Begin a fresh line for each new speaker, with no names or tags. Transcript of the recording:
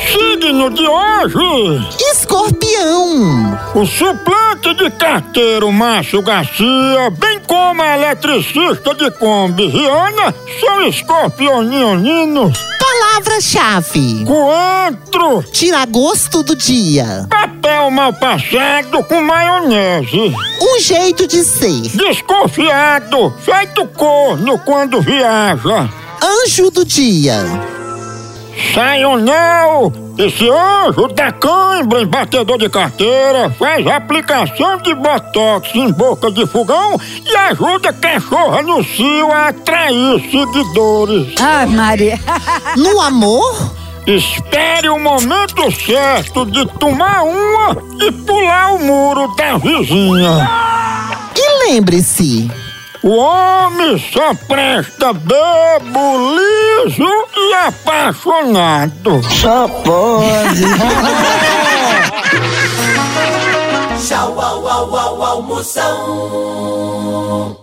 signo de hoje?
Escorpião!
O suplente de carteiro Márcio Garcia, bem como a eletricista de Kombi Rihanna, são escorpionianinos.
Palavra-chave:
Coentro,
tirar gosto do dia.
papel mal passado com maionese.
Um jeito de ser.
Desconfiado, feito corno quando viaja.
Anjo do dia.
Sai ou um não, esse anjo da cãibra em batedor de carteira faz aplicação de botox em boca de fogão e ajuda a cachorra no cio a atrair seguidores.
Ah, Maria.
No amor,
Espere o momento certo de tomar uma e pular o muro da vizinha.
e lembre-se:
O homem só presta bebo, liso e apaixonado.
Tchau, au, au, au, almoção.